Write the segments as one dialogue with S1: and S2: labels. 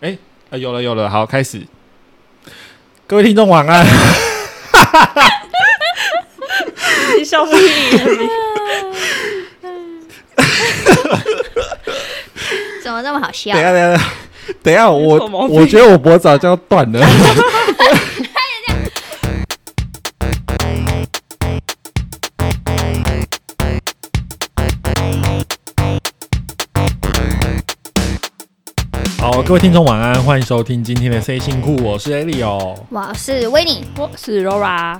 S1: 哎、啊有了有了，好，开始。
S2: 各位听众晚安，
S3: 你笑死你！
S4: 怎么这么好笑
S2: 等一？下等一下等一下，
S3: 臭
S2: 我
S3: 毛病
S2: 我觉得我脖子好像要断了。 好，各位听众晚安，欢迎收听今天的 C 辛苦，我是 Elio
S4: 我是维尼，
S3: 我是 Rora，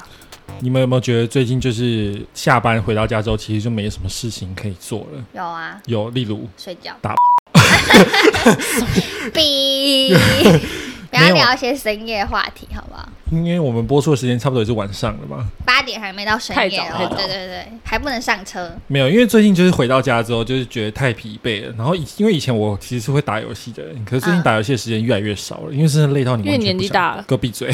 S2: 你们有没有觉得最近就是下班回到家之后，其实就没什么事情可以做了？
S4: 有啊，
S2: 有，例如
S4: 睡觉。
S2: 打
S4: 哔，不
S2: 没
S4: 要
S2: 有
S4: 聊一些深夜话题，好不好？
S2: 因为我们播出的时间差不多也是晚上了嘛，
S4: 八点还没到深
S3: 太
S4: 夜哦
S3: 早，太早
S4: 对对对，还不能上车。
S2: 没有，因为最近就是回到家之后，就是觉得太疲惫了。然后以因为以前我其实是会打游戏的人，可是最近
S4: 嗯
S2: 打游戏的时间越来越少了，因为真的累到你
S3: 因为
S2: 完全
S3: 年
S2: 不
S3: 纪
S2: 想
S3: 大了
S2: 给我闭嘴！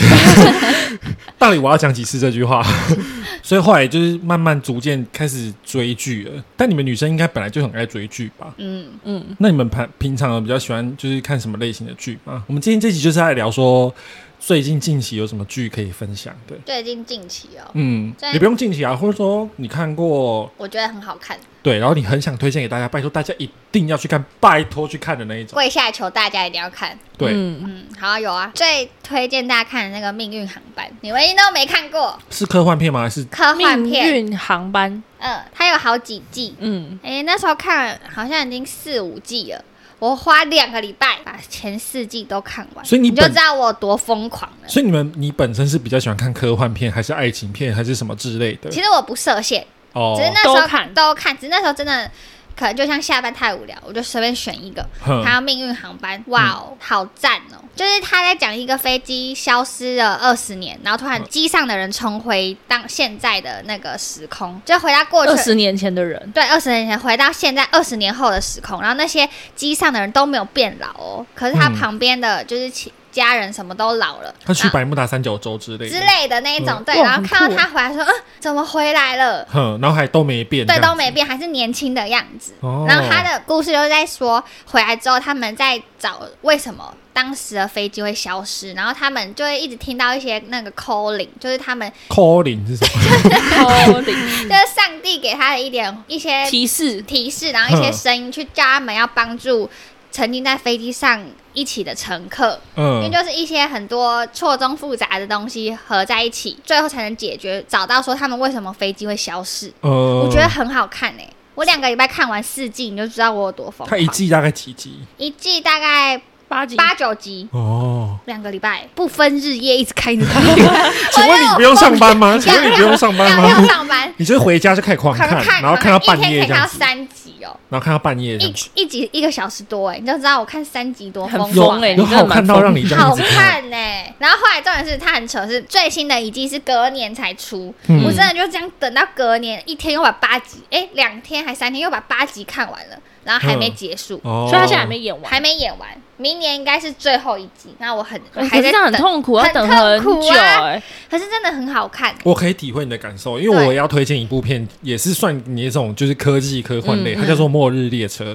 S2: 到底我要讲几次这句话？ 所以后来就是慢慢逐渐开始追剧了。但你们女生应该本来就很爱追剧吧？
S4: 嗯，
S3: 嗯，
S2: 那你们平平常有比较喜欢就是看什么类型的剧吗？我们今天这集就是在聊说最近近期有什么剧可以分享的。
S4: 最近近期哦，
S2: 嗯
S4: 在，
S2: 你不用近期啊，或者说你看过
S4: 我觉得很好看，
S2: 对，然后你很想推荐给大家，拜托大家一定要去看，拜托去看的那一种。
S4: 跪下求大家一定要看。
S2: 对，
S3: 嗯
S4: 嗯，好啊有啊，最推荐大家看的那个《命运航班》，你们一定都没看过
S2: 是科幻片吗？还是
S4: 科幻
S3: 啊命
S4: 片。
S3: 运航班，
S4: 嗯，它有好几季，
S3: 嗯，
S4: 哎、那时候看好像已经四五季了，我花两个礼拜把前四季都看完，
S2: 所以你
S4: 你就
S2: 本
S4: 知道我有多疯狂了。
S2: 所以你们你本身是比较喜欢看科幻片，还是爱情片，还是什么之类的？
S4: 其实我不设限，
S2: 哦
S4: 只，是那时候
S3: 都看
S4: 都看，只是那时候真的可能就像下班太无聊，我就随便选一个。
S2: 哼嗯
S4: 还有命运航班，哇哦，好赞哦！就是他在讲一个飞机消失了二十年，然后突然
S2: 嗯
S4: 机上的人重回当现在的那个时空，就回到过
S3: 二
S4: 去。
S3: 十年前的人，
S4: 对，二十年前回到现在二十年后的时空，然后那些机上的人都没有变老哦，可是他
S2: 嗯
S4: 旁边的就是其家人什么都老了，
S2: 他去
S4: 然后
S2: 百慕大三角洲之类的，
S4: 之类的那一种，
S2: 嗯
S4: 对，
S3: 哇
S4: 然后
S3: 很
S4: 看
S3: 酷
S4: 到
S3: 欸
S4: 他回来说，嗯，怎么回来了？
S2: 哼，然后还都没变，
S4: 对，
S2: 这样
S4: 都没变，还是年轻的样子。
S2: 哦
S4: 然后他的故事就是在说，回来之后他们在找为什么当时的飞机会消失，然后他们就会一直听到一些那个 calling，就是他们
S2: calling 是什 么？
S3: 超 灵
S2: 嗯
S4: 就是上帝给他的一点一些
S3: 提示，
S4: 提示，然后一些
S2: 嗯
S4: 声音去叫他们要帮助曾经在飞机上一起的乘客，因为
S2: 嗯，
S4: 就是一些很多错综复杂的东西合在一起，最后才能解决，找到说他们为什么飞机会消失。
S2: 呃，
S4: 我觉得很好看诶、我两个礼拜看完四季，你就知道我有多疯
S2: 他
S4: 狂。
S2: 一季大概几集？
S4: 一季大概
S3: 八级，
S4: 八九集，
S2: 哦，
S4: 两个礼拜不分日夜一直看一直看。一直看
S2: 请问你不用上 班吗？请问你不用上班
S4: 哎两天
S2: 吗？
S4: 上班，
S2: 你就是回家就开始狂
S4: 可能看
S2: 然后看到半
S4: 一
S2: 夜
S4: 天
S2: 这
S4: 可以看
S2: 样
S4: 到
S2: 子，
S4: 三集哦，
S2: 然后看到半夜这
S4: 一
S2: 样子，
S4: 一集一个小时多哎，你就知道我看三集多
S3: 很
S4: 疯
S3: 疯
S4: 狂
S3: 欸你
S2: 有
S3: 真的
S2: 好看
S3: 蛮
S2: 到
S3: 疯
S2: 让你这样
S4: 好
S2: 一直看，
S4: 看呢、欸然后后来重点是，它很扯，是最新的一季是隔年才出，
S2: 嗯
S4: 我真的就这样等到隔年一天又把八集，哎，两天还三天又把八集看完了，然后还没
S2: 嗯
S4: 结束，
S2: 哦
S3: 所以他现在还没演完，
S4: 还没演完，明年应该是最后一季。那我很
S3: 哎
S4: 还
S3: 可
S4: 在
S3: 是这样
S4: 等，
S3: 很痛苦，要
S4: 很
S3: 等
S4: 痛
S3: 很
S4: 苦
S3: 久，
S4: 啊
S3: 哎，
S4: 可是真的很好看、
S2: 我可以体会你的感受，因为
S4: 对
S2: 我也要推荐一部片，也是算你这种就是科技科幻类，
S3: 嗯
S2: 它叫做《末日列车》，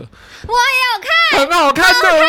S4: 我也有
S2: 很好看，对不
S4: 好看
S2: 对？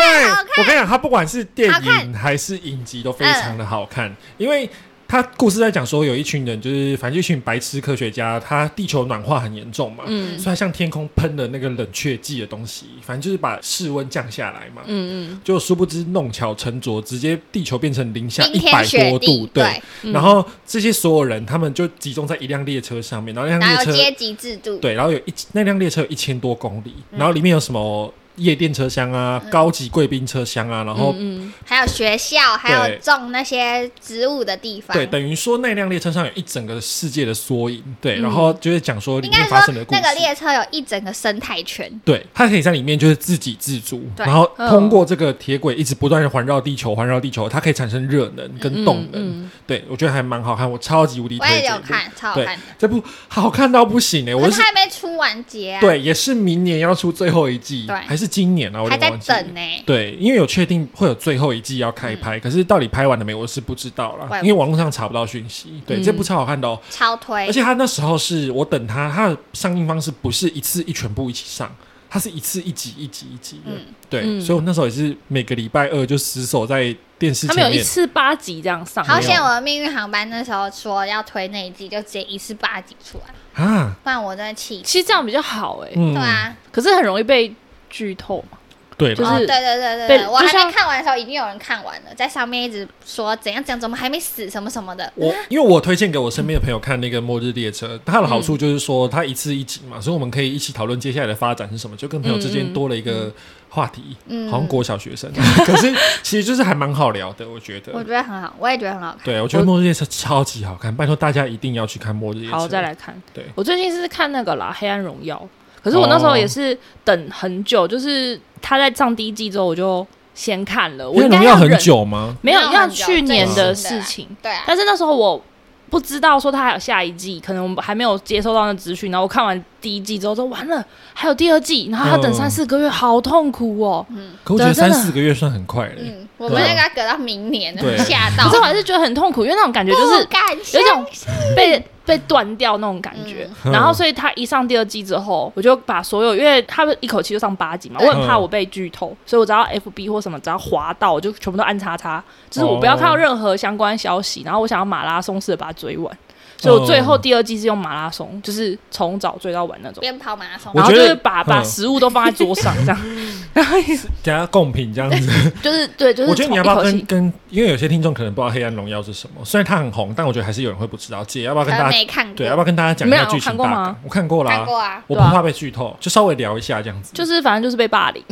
S2: 我跟你讲，它不管是电
S4: 好看
S2: 影还是影集都非常的好
S4: 嗯
S2: 看，因为。它故事在讲说，有一群人就是反正就一群白痴科学家，他地球暖化很严重嘛，
S3: 嗯
S2: 所以他向天空喷了那个冷却剂的东西，反正就是把室温降下来嘛。
S3: 嗯
S2: 就殊不知弄巧成拙，直接地球变成零下
S4: 看，冰
S2: 一
S4: 天
S2: 百
S4: 雪
S2: 多
S4: 地
S2: 度，，
S4: 对，
S3: 嗯，
S2: 然后这些所有人，他们就集中在一辆列车上面，然后那
S4: 然
S2: 辆
S4: 后有
S2: 列
S4: 阶
S2: 车
S4: 级制度，
S2: 对，然后有一那辆列车有一千多公里，
S4: 嗯
S2: 然后里面有什么夜店车厢啊、高级贵宾车厢啊，然后、
S3: 嗯
S4: 还有学校，还有
S2: 对
S4: 种那些植物的地方。
S2: 对，等于说那辆列车上有一整个世界的缩影，对，
S3: 嗯
S2: 然后就是讲说里
S4: 应该
S2: 面发生的
S4: 说
S2: 故
S4: 那
S2: 事。
S4: 个列车有一整个生态圈，
S2: 对，它可以在里面就是自给自足，
S4: 对
S2: 然后
S3: 嗯
S2: 通过这个铁轨一直不断的环绕地球，环绕地球，它可以产生热能跟动能。
S3: 嗯嗯
S2: 对我觉得还蛮好看，我超级无敌
S4: 我
S2: 推
S4: 也
S2: 荐
S4: 有
S2: 的。
S4: 看，超好
S2: 对
S4: 看的。，
S2: 这部好看到不行哎、我
S4: 可
S2: 就是是
S4: 它还没出完结啊，
S2: 对，也是明年要出最后一季，
S4: 对
S2: 还是今年啊？我有
S4: 还
S2: 点
S4: 在
S2: 忘记了
S4: 等呢、
S2: 对，因为有确定会有最后一季要开拍，可是到底拍完了没，我是不知道
S4: 我
S2: 啦，
S4: 也不
S2: 因为网络上查不到讯息。对，
S3: 嗯
S2: 这部超好看的哦，
S4: 超推
S2: 而。且他那时候是我等他，他的上映方式不是一次一全部一起上，它是一次一集一集一集的，
S4: 嗯，
S2: 对，
S3: 嗯
S2: 所以我那时候也是每个礼拜二就死守在电视
S3: 他们
S2: 前
S3: 有一
S2: 面。
S3: 次八集这样上，
S4: 好
S2: 没
S4: 险！
S2: 有
S4: 我的命运航班那时候说要推那一季，就直接一次八集出来，
S2: 啊，
S4: 不然我真的气。
S3: 其实这样比较好哎，
S2: 嗯，
S4: 对啊，
S3: 可是很容易被剧透嘛。
S2: 对啦，
S3: 就是
S4: 哦，对对对对
S3: 被
S4: 对，我还
S3: 就像
S4: 没看完的时候，已经有人看完了，在上面一直说怎样怎样，怎么还没死，什么什么的。
S3: 啊
S2: 我因为我推荐给我身边的朋友看那个《末日列车》，它的好处就是说它一次一集嘛，所以我们可以一起讨论接下来的发展是什么，就跟朋友之间多了一个话题，
S4: 嗯
S2: 好像国小学生，
S3: 嗯
S2: 可是其实就是还蛮好聊的，我觉
S4: 我
S2: 得。
S4: 觉得很好，我也觉得很好看。
S2: 对，我觉得《末日列车》超级好看，拜托大家一定要去看《末日列车》。
S3: 好，再。来看。
S2: 对
S3: 我最近是看那个啦，《黑暗荣耀》，可是我那时候也是等很久，就是他在上第一季之后，我就先看了。
S2: 因
S3: 我
S2: 为
S3: 应
S2: 荣
S3: 该
S2: 耀很
S3: 忍，
S2: 久吗？
S3: 没有
S4: 没有
S3: 要
S4: 很久
S3: 去年
S2: 最
S3: 的
S4: 新的
S3: 事
S4: 啦
S3: 情，
S4: 对啊，
S3: 但是那时候我不知道说他还有下一季，可能我们还没有接收到那资讯。然后我看完第一季之后说完了，还有第二季，然后还要等
S2: 嗯
S3: 三四个月，好痛苦哦。
S4: 嗯
S2: 可我觉得
S3: 真
S2: 三
S3: 的
S2: 四个月算很快了。
S4: 嗯，我们
S2: 对啊
S4: 那个要隔到明年
S2: 对，
S4: 吓到哦
S3: 可是。我还是觉得很痛苦，因为那种感觉就
S4: 不
S3: 是
S4: 敢
S3: 有一
S4: 相
S3: 种被被断掉那种感觉。
S2: 嗯
S3: 然后，所以他一上第二季之后，我就把所有，因为他们一口气就上八集嘛，
S4: 对
S3: 我很怕我被剧透，所以我只要 FB 或什么只要滑到，我就全部都按叉叉，就是我不要看到任何相关消息，然后我想要马拉松式的把它追完。所以我最后第二季是用马拉松，就是从早追到晚那种，
S4: 边跑马拉松
S2: 我
S3: 然
S2: 觉
S3: 后
S2: 得
S3: 就是把
S2: 嗯
S3: 把食物都放在桌上这样，然后
S2: 大家共品这样 子，
S3: 就是对，就是
S2: 我觉得
S3: 从
S2: 你
S3: 一
S2: 要不要
S3: 口
S2: 跟
S3: 气。
S2: 跟，因为有些听众可能不知道《黑暗荣耀》是什么，虽然它很红，但我觉得还是有人会不知道。姐，要不要跟
S4: 可能
S2: 大家
S4: 呃没看过，
S2: 对，要不要跟大家讲一下
S3: 你们俩
S2: 剧
S3: 有
S2: 情
S3: 看过
S2: 大
S3: 吗
S2: 纲？我看过啦，
S4: 看过啊，
S2: 我不
S3: 对啊
S2: 怕被剧透，就稍微聊一下这样子。
S3: 就是反正就是被霸凌，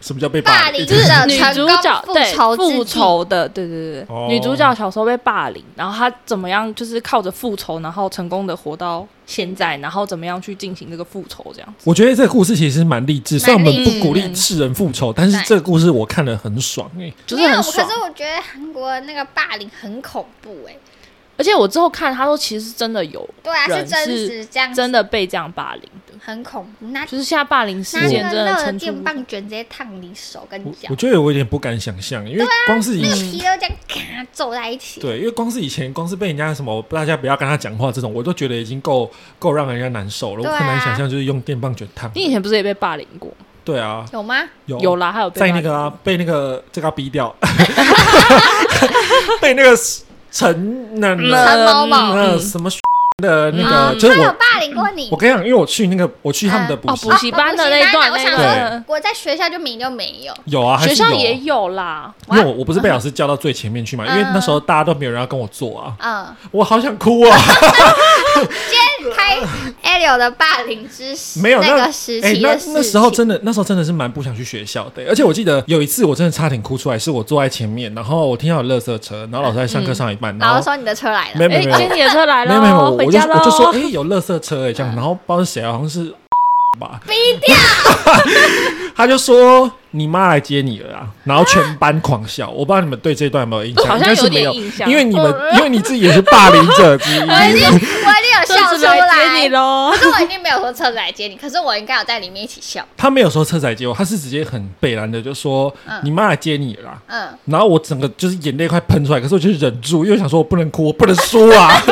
S2: 什么叫被
S4: 霸凌就是
S3: 女
S4: 成
S3: 主
S4: 功
S3: 角
S4: 复
S3: 对
S4: 仇之
S3: 复
S4: 计
S3: 仇的，对对对对，
S2: 哦
S3: 女主角小时候被霸凌，然后她怎么样，就是靠着复仇，然后成功的活到现在，然后怎么样去进行这个复仇，这样
S2: 我觉得这个故事其实是蛮励志，
S4: 蛮
S2: 虽然我们不
S4: 励志
S2: 鼓励
S3: 嗯
S2: 世人复仇，但是
S4: 对
S2: 这个故事我看了很爽哎、
S3: 就
S4: 没
S3: 是
S4: 有，
S3: 很
S4: 可
S3: 爽
S4: 是。我觉得韩国那个霸凌很恐怖哎、
S3: 而且我之后看，她说其实真的有
S4: 对啊，是
S3: 人
S4: 真
S3: 是
S4: 实这样子，
S3: 真的被这样霸凌的，
S4: 很恐怖。拿
S3: 就是现在霸凌事
S4: 拿
S3: 件
S4: 那
S3: 真
S4: 个
S3: 的
S4: 热
S3: 层
S4: 的
S3: 出不
S4: 电
S3: 穷。
S4: 棒卷直接烫你手跟
S2: 我
S4: 脚
S2: 我，觉得我有点不敢想象，因为光是以
S4: 那个
S3: 嗯
S2: 前
S4: 皮都这样咔皱在一起。
S2: 对，因为光是以前光是被人家什么大家不要跟他讲话这种，我都觉得已经够够让人家难受了。
S4: 对啊
S2: 我很难想象就是用电棒卷烫。
S3: 你以前不是也被霸凌过？
S2: 对啊，
S4: 有吗？
S2: 有
S3: 有啦，还有
S2: 在
S3: 被霸
S2: 那
S3: 凌
S2: 个啊被那个这个逼掉， 被那个陈那
S3: 嗯
S2: 那
S4: 陈某某
S2: 那
S3: 嗯
S2: 什么的那个，
S3: 嗯
S2: 就是
S4: 他有
S2: 我
S4: 霸凌过你
S2: 我？跟你讲，因为我去那个，我去他们的补
S3: 哦
S2: 习、
S3: 补习班的那一段，
S4: 我
S3: 那
S4: 想
S3: 一
S4: 说
S3: 段
S4: 我在学校就明明就没有，
S2: 有啊，还
S3: 学
S2: 是
S3: 校
S2: 有
S3: 也有啦，
S2: 因为我我不是被老师叫到最前面去嘛，因为那时候大家都没有人要跟我坐啊，
S4: 嗯，
S2: 我好想哭啊！
S4: 开 a l 的霸凌之时，
S2: 没有
S4: 那
S2: 那
S4: 个时
S2: 哎、
S4: 期
S2: 那
S4: 的事情。
S2: 那时候真的，那时候真的是蛮不想去学校的、而且我记得有一次我真的差点哭出来，是我坐在前面，然后我听到有垃圾车，然后老师在上课上一半，
S4: 然后
S2: 然后
S4: 说你的车来了，
S2: 没有没
S3: 哎，
S2: 有没有
S3: 今天的车来
S2: 没有没有，
S3: 了，
S2: 我
S3: 回
S2: 我就
S3: 家
S2: 我就说
S3: 喽
S2: 哎、。有垃圾车哎、 这样，然后不知道是谁啊，好像是吧，
S4: 逼掉。
S2: 他就说你妈来接你了啊，然后全班狂笑。我不知道你们对这段有没有印象，
S3: 好
S2: 应
S3: 像
S2: 该是
S3: 有
S2: 没
S3: 点
S2: 有，
S3: 印象，
S2: 因为你 们因为你自己也是霸凌者之一。
S4: 我已经我已经有笑
S3: 车
S4: 出
S3: 子来接你
S4: 来，
S3: 喽
S4: 可。是我一定没有说车子来接你，可是我应该有在里面一起笑。
S2: 他没有说车载接我，他是直接很北然的就说、
S4: 嗯
S2: 你妈来接你了啦。
S4: 嗯，
S2: 然后我整个就是眼泪快喷出来，可是我就是忍住，因为想说我不能哭，我不能输 啊。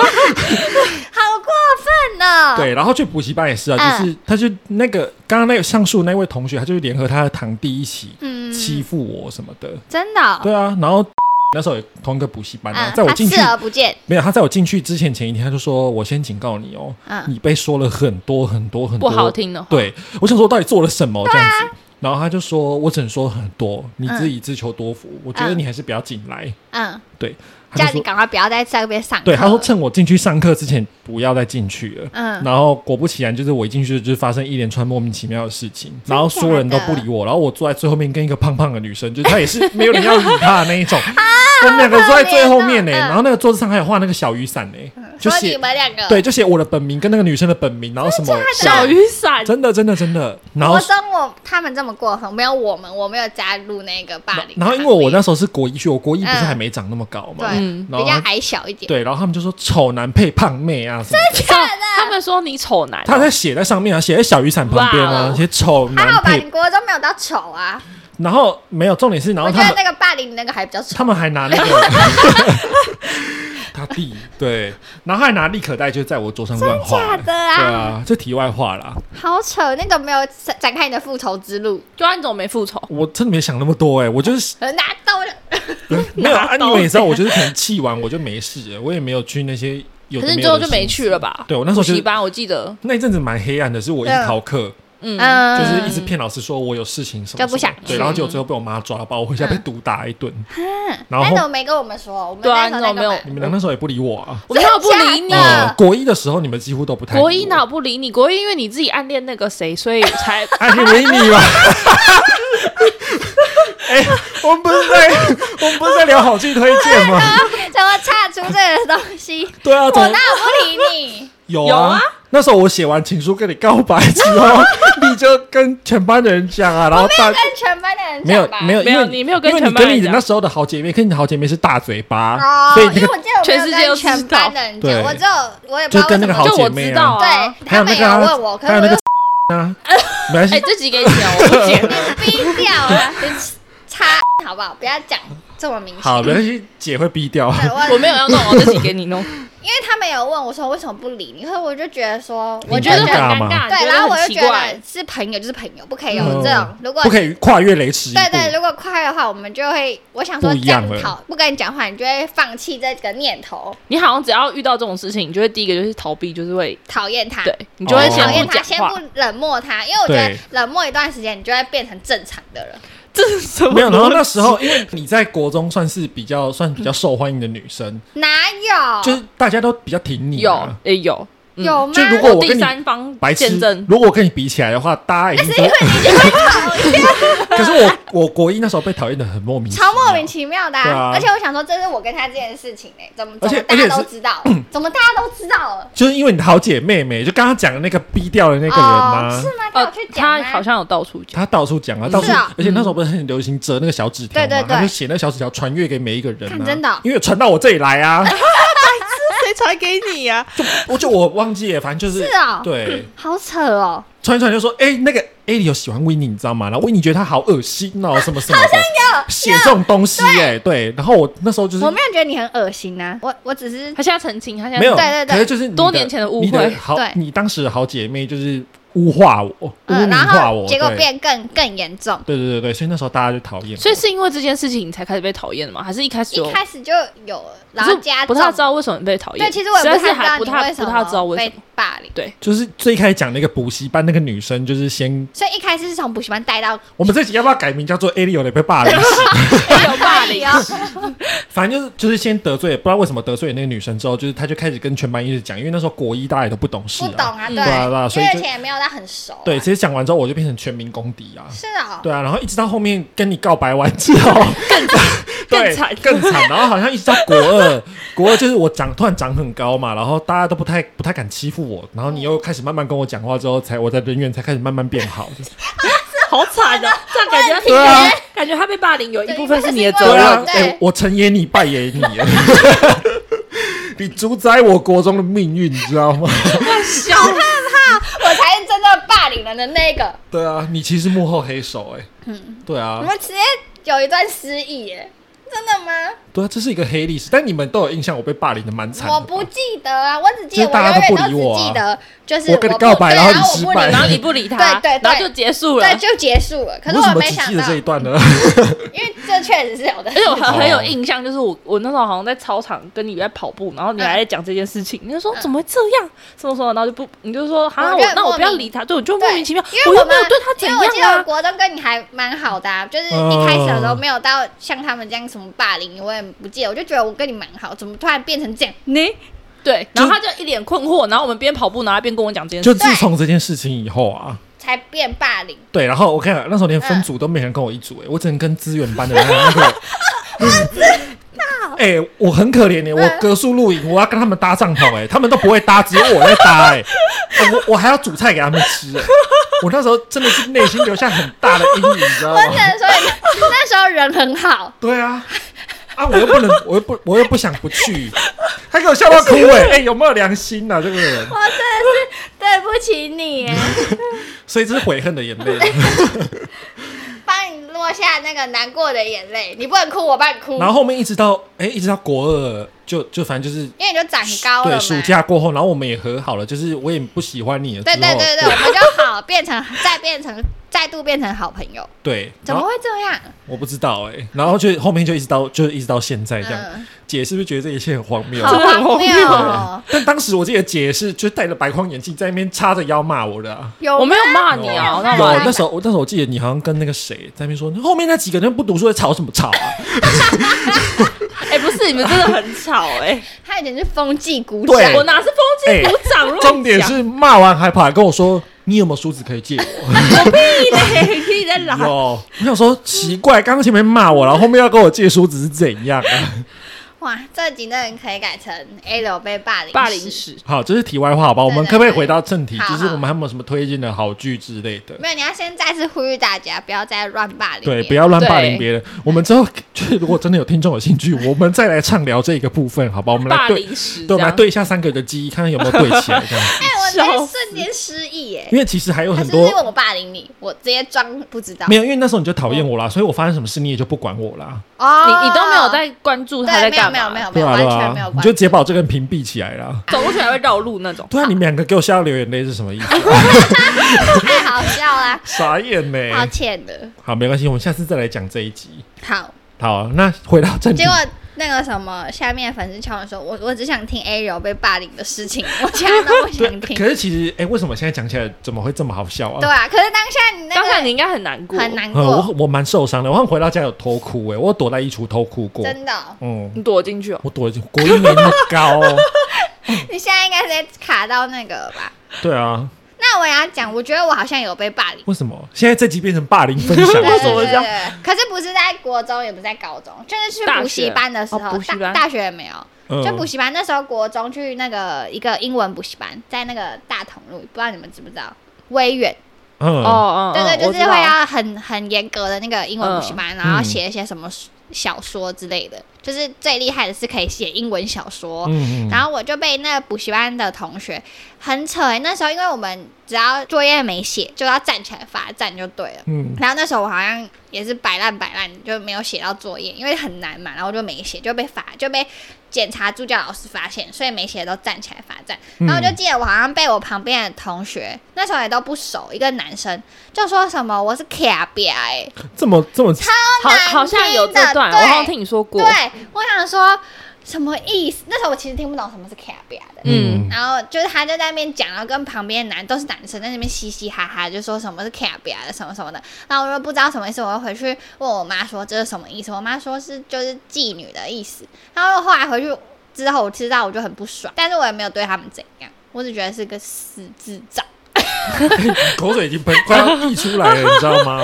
S4: 好过分哦呢。
S2: 对，然后去补习班也是啊，
S3: 嗯
S2: 就是、他就那个刚刚那个上述那位同学，他就是联合他的堂弟一起
S4: 嗯，
S2: 欺负我什么的。
S4: 真的哦、
S2: 对啊，然后 那时候也同一个补习班啊，
S4: 嗯，
S2: 在我
S4: 他
S2: 进去
S4: 视而不见，
S2: 没有，他在我进去之前前一天他就说，我先警告你哦，
S4: 嗯
S2: 你被说了很多很多很
S3: 不
S2: 多
S3: 好听的话，
S2: 对，我想说我到底做了什么这样子。然后他就说：“我只能说很多，你自己自求多福。我觉得
S4: 嗯
S2: 你还是不要进来。
S4: 嗯，
S2: 对，他
S4: 叫
S2: 就
S4: 你
S2: 说
S4: 赶快不要在这边上课。
S2: 对，他说趁我进去上课之前不要再进去了。
S4: 嗯，
S2: 然后果不其然，就是我一进去就是发生一连串莫名其妙的事情，然后所有人都不理我，然后我坐在最后面跟一个胖胖的女生，就是她也是没有人要理她的那 一种，我们两个坐在最后面呢、
S4: 啊好可怜哦嗯嗯
S2: 然后那个桌子上还有画那个小雨伞呢、就
S4: 说你
S2: 写
S4: 们两个，
S2: 对，就写我的本名跟那个女生的本名，然后什么啊
S3: 小雨伞，
S2: 真的真的真的，然后
S4: 我说我他们这么过分，没有我们，我没有加入那个霸凌的行列。
S2: 然后因为我那时候是国一去，我国一不是
S4: 嗯
S2: 还没长那么高嘛，
S4: 对
S3: 嗯，
S2: 然后
S4: 比较
S2: 他
S4: 矮小一点，
S2: 对，然后他们就说丑男配胖妹啊什么的，
S3: 上他们说你丑男，
S2: 他在写在上面啊，写在小雨伞旁边
S3: 哇
S2: 啊
S3: 哦，
S2: 写丑
S4: 还
S2: 男
S4: 好吧？
S2: 配
S4: 你，国中没有到丑啊，
S2: 然后没有重点是，然后
S4: 我觉
S2: 他
S4: 得
S2: 们
S4: 那个霸凌那个还比较丑。
S2: 他们还拿那个。他弟，对，然后他还拿立可带就在我桌上乱画、
S4: 假的
S2: 对
S4: 啊，
S2: 啊，这题外话啦，
S4: 好扯，那个没有展开你的复仇之路，
S3: 就按怎么没复仇？
S2: 我真的没想那么多哎、我就是
S4: 呃拿刀了，
S2: 没有啊，
S3: 拿刀
S2: 你们也知道，我就是可能气完我就没事了，我也没有去那些有
S3: 可
S2: 的
S3: 是你
S2: 没
S3: 最
S2: 有
S3: 后
S2: 的
S3: 就没
S2: 心
S3: 去了吧？
S2: 对我那时候
S3: 补
S2: 就
S3: 习
S2: 是
S3: 班，我记得，
S2: 那一阵子蛮黑暗的，是我一直逃课，
S3: 嗯，
S4: 嗯，
S2: 就是一直骗老师说我有事情什么什么的，
S4: 就不想
S2: 对，
S4: 去
S2: 然后结果最后被我妈抓到，把我回家被毒打一顿。
S3: 嗯
S2: 然
S4: 但
S2: 后
S4: 怎么没跟我们说？我们
S3: 对啊，你
S4: 那
S3: 怎
S4: 时
S3: 么
S4: 候
S3: 没有
S4: 在干嘛？
S2: 你们俩那时候也不理我啊。
S3: 我没有不理你
S4: 真的。假的
S2: 哦国一的时候你们几乎都不太理我
S3: 国一哪有不理你？国一因为你自己暗恋那个谁，所以 才
S2: 爱情维尼 吧。哎、我们不是在我们不是在聊好剧推荐吗？
S4: 怎么岔出这个东西？
S2: 对啊，怎
S4: 我
S2: 么
S4: 那我不理你，
S2: 有
S3: 有啊
S2: 那时候我写完情书跟你告白之 后，你就跟全班的人讲啊，然后大
S4: 跟全班的人
S2: 没有
S4: 讲吧。
S2: 没有，因
S3: 没
S2: 为
S3: 有你没有跟
S2: 因为你
S3: 全班
S2: 跟
S3: 人
S2: 你的
S3: 讲
S2: 那时候的好姐妹，跟你的好姐妹是大嘴巴，
S4: 哦，
S2: 所以
S4: 因
S2: 那
S4: 为
S2: 个
S4: 我记得我没
S3: 全
S4: 有
S3: 世界
S4: 跟
S3: 都知
S4: 全
S3: 道
S4: 班的人讲，
S2: 对
S4: 我只有我也不知
S2: 就
S4: 道为
S2: 跟那
S4: 什
S2: 个
S4: 么
S2: 好。
S3: 就
S2: 姐
S3: 我
S2: 妹
S3: 知
S2: 啊
S3: 道啊。
S4: 对，
S2: 还有
S4: 他
S2: 那
S4: 们
S2: 个
S4: 有
S2: 啊
S4: 问我，可
S2: 还
S4: 是
S2: 有那
S4: 我又
S2: 个 啊，没关系
S3: 哎，，这集给你讲，我不剪了。
S4: 逼掉了， 插好不好？不要讲这么明显。
S2: 好，没关系，姐会逼掉。
S4: 对
S3: 我没有要弄，我这集 给你弄。
S4: 因为他们有问我说为什么不理你，所以我就觉得说，我
S2: 你
S4: 就
S2: 觉得
S4: 觉得
S2: 尴尬吗
S4: 对，然后我就
S3: 奇
S4: 觉
S3: 怪
S4: 得，是朋友就是朋友，不可
S2: 嗯
S4: 以有这种。如果
S2: 不可以跨越雷池一步
S4: 对。对，如果快的话，我们就会，我想说
S2: 不
S4: 这
S2: 一样
S4: 样
S2: 了
S4: 讨不跟你讲话，你就会放弃这个念头，
S3: 你好像只要遇到这种事情，你就会第一个就是逃避，就是会
S4: 讨厌他，
S3: 对你就会
S2: 哦
S3: 先
S4: 讨厌
S3: 不
S4: 啊他，
S3: 讲
S4: 先
S3: 话
S4: 不。冷漠他，因为我觉得
S2: 对
S4: 冷漠一段时间，你就会变成正常的人。
S3: 这是 什么？
S2: 没有，然后那时候因为你在国中算是比较算比较受欢迎的女生，
S4: 哪有？
S2: 就是大家都比较挺你、
S3: 有
S2: 啊。
S3: 也有，嗯
S4: 有吗？
S2: 就如果我
S3: 第
S2: 跟你
S3: 三方
S2: 白痴
S3: 见证，，
S2: 如果我跟你比起来的话，大家已经都。 可是我我国一那时候被讨厌的很莫名，
S4: 超莫名。其妙的、
S2: 对啊
S4: 而且我想说，这是我跟他之间的事情呢、欸怎么
S2: 而
S4: 怎
S2: 且
S4: 么大家
S2: 而且
S4: 都
S2: 是嗯
S4: 知道了？怎么大家都知道了？
S2: 就是因为你的好姐妹妹，就刚刚讲的那个逼掉的那个人啊，
S4: 哦，是吗？他
S3: 呃
S4: 有去，讲
S3: 他
S4: 吗？
S3: 好像有到处讲，
S2: 她到处讲啊，到处
S4: 是啊，
S2: 而且那时候不是很流行折那个小纸条嘛，
S4: 对对对
S2: 她就写那个小纸条传阅给每一个人啊
S4: 看真的哦
S2: 因为传到我这里来啊，
S3: 谁传给你呀？
S2: 就我就我忘记了，反正就是
S4: 是哦，
S2: 对，
S4: 好扯哦，
S2: 传一传就说，哎、那个 A 里有喜欢维尼，你知道吗？然后维尼觉得他好恶心哦，什么什么的，写这种东西、哎，对。然后我那时候就是
S4: 我没有觉得你很恶心啊，我我只是
S3: 他现在澄清，他现在
S2: 没有，
S4: 对对对
S2: 可是就是你的
S3: 多年前的误会
S2: 你的好
S4: 对，
S2: 你当时的好姐妹就是污化我，污
S4: 嗯，
S2: 名
S4: 然
S2: 化我，
S4: 后结果
S2: 对。
S4: 变更更严重，
S2: 对对对对，所以那时候大家就讨厌我，
S3: 所以是因为这件事情你才开始被讨厌的吗？还是一开始有
S4: 一？开始就有了，然
S3: 可
S4: 后
S3: 是
S4: 加
S3: 不
S4: 重。
S3: 太知道为什么你被讨厌，
S4: 对，其实我也
S3: 实
S4: 不
S3: 在是还
S4: 太
S3: 不
S4: 知道你
S3: 太
S4: 为
S3: 不
S4: 什
S3: 太知道
S4: 么
S3: 为什
S4: 被
S3: 么。
S4: 霸凌，
S2: 就是最开始讲那个补习班那个女生，就是先
S4: 所以一开始是从补习班带到
S2: 我们这集要不要改名叫做 A 里有人被霸凌？
S3: 有霸凌，
S4: 哦，
S2: 反正就是就是先得罪，不知道为什么得罪了那个女生之后，就是她就开始跟全班一直讲，因为那时候国一大家也都不懂事、
S4: 不
S2: 啊，
S4: 懂啊，
S3: 嗯
S4: 对，
S2: 对啊对啊所
S4: 因
S2: 以
S4: 为
S2: 就
S4: 而且也没有到很熟啊，
S2: 对，其实讲完之后我就变成全民公敌啊。
S4: 是哦，
S2: 对啊，然后一直到后面跟你告白完之后，
S3: 更
S2: 对
S3: 惨
S2: 更惨，然后好像一直到国二，国二就是我长突然长很高嘛，然后大家都不太不太敢欺负我，然后你又开始慢慢跟我讲话之后，才我在人缘才开始慢慢变好。
S3: 好惨的，这样感觉
S2: 对啊，
S3: 感觉他被霸凌有一
S4: 对
S3: 部分是你的
S4: 一部
S3: 责
S2: 对
S4: 分是因为
S3: 任
S2: 啊，
S4: 对
S2: 哎、我成也你，败也你，啊 你主宰我国中的命运，你知道吗？
S3: 笑
S4: 啊我才是真正霸凌人的那个，
S2: 对啊，你其实幕后黑手、哎，嗯，对啊
S4: 我，们直接有一段失忆耶，真的吗？
S2: 对啊，这是一个黑历史，但你们都有印象，我被霸凌的蛮惨的。
S4: 我不记得啊，我只
S2: 就
S4: 记得
S2: 是
S4: 我
S2: 大家都
S4: 永
S2: 不
S4: 远
S2: 理
S4: 都
S2: 我啊
S4: 只记得就是
S2: 我跟你告白
S4: 对
S2: 然后你
S4: 然后我
S2: 失
S4: 不
S2: 败
S4: 理
S3: 然后你不理他，
S4: 对对对
S3: 然后就结束了。
S4: 对，就结束了。可是
S2: 为什
S4: 我
S2: 么
S4: 没
S2: 只
S4: 想
S2: 记得
S4: 到嗯
S2: 这，一段呢？
S4: 因为这确实是有的
S3: 而。且我很
S2: 哦
S3: 很有印象，就是我我那时候好像在操场跟你在跑步，然后你
S4: 嗯
S3: 还在讲这件事情，你就说怎么会这样，什么什么，然后就不，你就说
S4: 我
S3: 啊，
S4: 就
S3: 我
S4: 很
S3: 那我
S4: 莫
S3: 不要
S4: 名
S3: 理他，对，我就
S4: 对
S3: 莫名其妙，
S4: 因为
S3: 我
S4: 我
S3: 又没
S4: 们
S3: 有对他怎
S4: 因为我记
S3: 样
S4: 得我
S3: 啊，
S4: 国中跟你还蛮好的、啊，就是
S2: 嗯
S4: 一开始的时候没有到像他们这样什么霸凌，我也不记得，我就觉得我跟你蛮好，怎么突然变成这样？
S3: 你对，然后他就一脸困惑，然后我们边跑步，然后他边跟我讲这 件
S2: 就
S3: 事，
S2: 自从这件事情以后啊，
S4: 才变霸 凌，
S2: 对，然后我看那时候
S4: 嗯
S2: 连分组都没人跟我一组、哎、我只能跟资源班的人那个。 哎、我很可怜的、
S4: 嗯
S2: 我隔宿露营，我要跟他们搭帐篷、哎，他们都不会搭，只有我在搭、哎， 哎我我还要煮菜给他们吃、哎，我那时候真的是内心留下很大的阴影，你知道吗？
S4: 真的，所以那时候人很好，
S2: 对啊，啊，我又不能， 我又不，我又不想不去，还给我笑到 哭、哎，哎、有没有良心啊，这个人？
S4: 对不起你耶，
S2: 所以这是悔恨的眼泪。
S4: 帮你你落下那个难过的眼泪，你不能哭，我帮你哭，
S2: 然后后面一直到哎、一直到国二，就就反正就是
S4: 因为你就长高了嘛。
S2: 对暑假过后，然后我们也和好了，就是我也不喜欢你了之
S4: 对
S2: 后，
S4: 对对对，我们就好变成再变成再度变成好朋友，
S2: 对
S4: 怎
S2: 然
S4: 么
S2: 后
S4: 会这样？
S2: 我不知道哎、然后就后面就一直到就一直到现在这样，
S4: 嗯，
S2: 姐是不是觉得这一切很荒谬？
S4: 好
S3: 真的很
S4: 荒
S3: 荒
S4: 谬
S3: 谬
S4: 哦。
S2: 但当时我记得姐是就戴着白框眼镜在那边叉着腰骂我的、啊。
S4: 有
S3: 我没有
S4: 吗
S3: 骂你啊，
S4: 哦
S3: 那
S2: 哦有
S3: 我
S2: 那时候，我那时候我记得你好像跟那个谁在那边说，后面那几个人不读书在吵什么 吵啊？
S3: 哎，不是你们真的很吵哎，
S4: 他有点是风纪鼓 掌，
S2: 对
S3: 我哪是风
S2: 哎
S3: 纪鼓掌？乱
S2: 重点
S3: 讲
S2: 是骂完还跑来跟我说，你有没有梳子可以借我？
S3: 屁嘞， 屁在拉
S2: 有，我想说奇怪，刚刚前面骂我，然后后面要跟我借梳子是怎样 啊？
S4: 哇，这集那人可以改成 A 流被霸凌
S3: 霸凌史。
S2: 好，这是题外话，好吧？我们可不可以回到正题？
S4: 对对
S2: 就
S4: 对
S2: 是我们还有没有什么推荐的好剧之类的？
S4: 没有，你要先再次呼吁大家，不要再乱霸凌别
S2: 对，
S4: 人。
S2: 不要乱霸
S3: 对
S2: 凌别人。我们之后就是如果真的有听众有兴趣，我们再来畅聊这个部分，好吧？我们来
S3: 霸
S2: 对，
S3: 凌史，
S2: 对，我们来
S3: 这样，
S2: 对一下三个人的记忆，看看有没有对起 来这样子。
S4: 哎、我直
S3: 笑
S4: 接瞬间失忆耶！
S2: 因为其实还有
S4: 他
S2: 很
S4: 是不
S2: 多
S4: 是因为我霸凌你，我直接装不知道
S2: 没。有，因为那时候你就讨厌我啦，所以我发生什么事你也就不管我啦，
S4: 哦
S3: 你你都没有在关注
S4: 对，
S3: 他在
S4: 没有
S3: 干
S4: 没有
S3: 嘛，
S4: 没有哦没
S2: 对
S4: 有，
S2: 啊
S4: 完
S2: 对
S4: 全没有
S2: 啊，
S4: 关
S2: 你
S4: 系。
S2: 就直接把我这个人屏蔽起来啦。
S3: 走过去还会绕路那种。
S2: 对啊，你们两个给我下流眼泪是什 么意思？
S4: 太好笑 啦，
S2: 傻眼呢、
S4: 抱歉的。
S2: 好，没关系，我们下次再来讲这一集。
S4: 好，
S2: 好，那回到正题
S4: 结，果那个什么，下面粉丝敲门说，我我只想听 A 柔被霸凌的 事情，我其他都不
S2: 对
S4: 想，听
S2: 可。是其实，哎、为什么现在讲起来怎么会这么好笑啊？
S4: 对啊，可是当下你那
S3: 当下
S4: 个
S3: 你应该很难过，
S4: 很难
S2: 嗯，
S4: 过，
S2: 我我蛮受伤的，我好像回到家有偷哭、哎，我躲在衣橱偷哭过。
S4: 真的哦、
S2: 嗯，
S3: 你躲进去哦。
S2: 我躲进国一没那么 高、哦。
S4: 你现在应该直接卡到那个吧？
S2: 对啊，
S4: 那我也要讲，我觉得我好像有被霸凌。
S2: 为什么现在这集变成霸凌分享？
S4: 对
S3: 为什么
S4: 对
S3: 这样
S4: 对对可是不是在国中，也不是在高中，就是去补习班的时候，
S3: 大学哦补习
S4: 大
S3: 班
S4: 大学也没有，
S2: 嗯
S4: 就补习班那时候国中去那个一个英文补习班，在那个大同路，不知道你们知不知道？微远，
S2: 嗯
S3: 哦哦，
S4: 对对，
S3: 哦
S4: 就是会，要很很严格的那个英文补习班，然后
S2: 嗯
S4: 写一些什么小说之类的，就是最厉害的是可以写英文小说，
S2: 嗯
S4: 然
S2: 后
S4: 后我就被那个补习班的同学很扯、欸，那时候因为我们只要作业没写就要站起来罚站就对了。
S2: 嗯
S4: 然后那时候我好像也是摆烂摆烂，就没有写到作业，因为很难嘛，然后我就没写，就被罚，就被检查助教老师发现，所以没写都站起来罚站。
S2: 嗯
S4: 然后我就记得我好像被我旁边的同学，那时候也都不熟，一个男生就说什么我是卡比哎，
S2: 这么这么
S3: 好，好像有这段，
S4: 对
S3: 我好像听你说过
S4: 对。我想说什么意思？那时候我其实听不懂什么是卡比的。
S2: 嗯
S3: 嗯
S4: 然后就是他就在那边讲，然后跟旁边的男都是男生在那边嘻嘻哈哈，就说什么是 k a b i 的什么什么的。然后我就不知道什么意思，我就回去问我妈说这是什么意思。我妈说是就是妓女的意思。然后后来回去之后，我知道我就很不爽，但是我也没有对他们怎样，我只觉得是个死智障。
S2: 口水已经喷快要溢出来了，你知道 吗？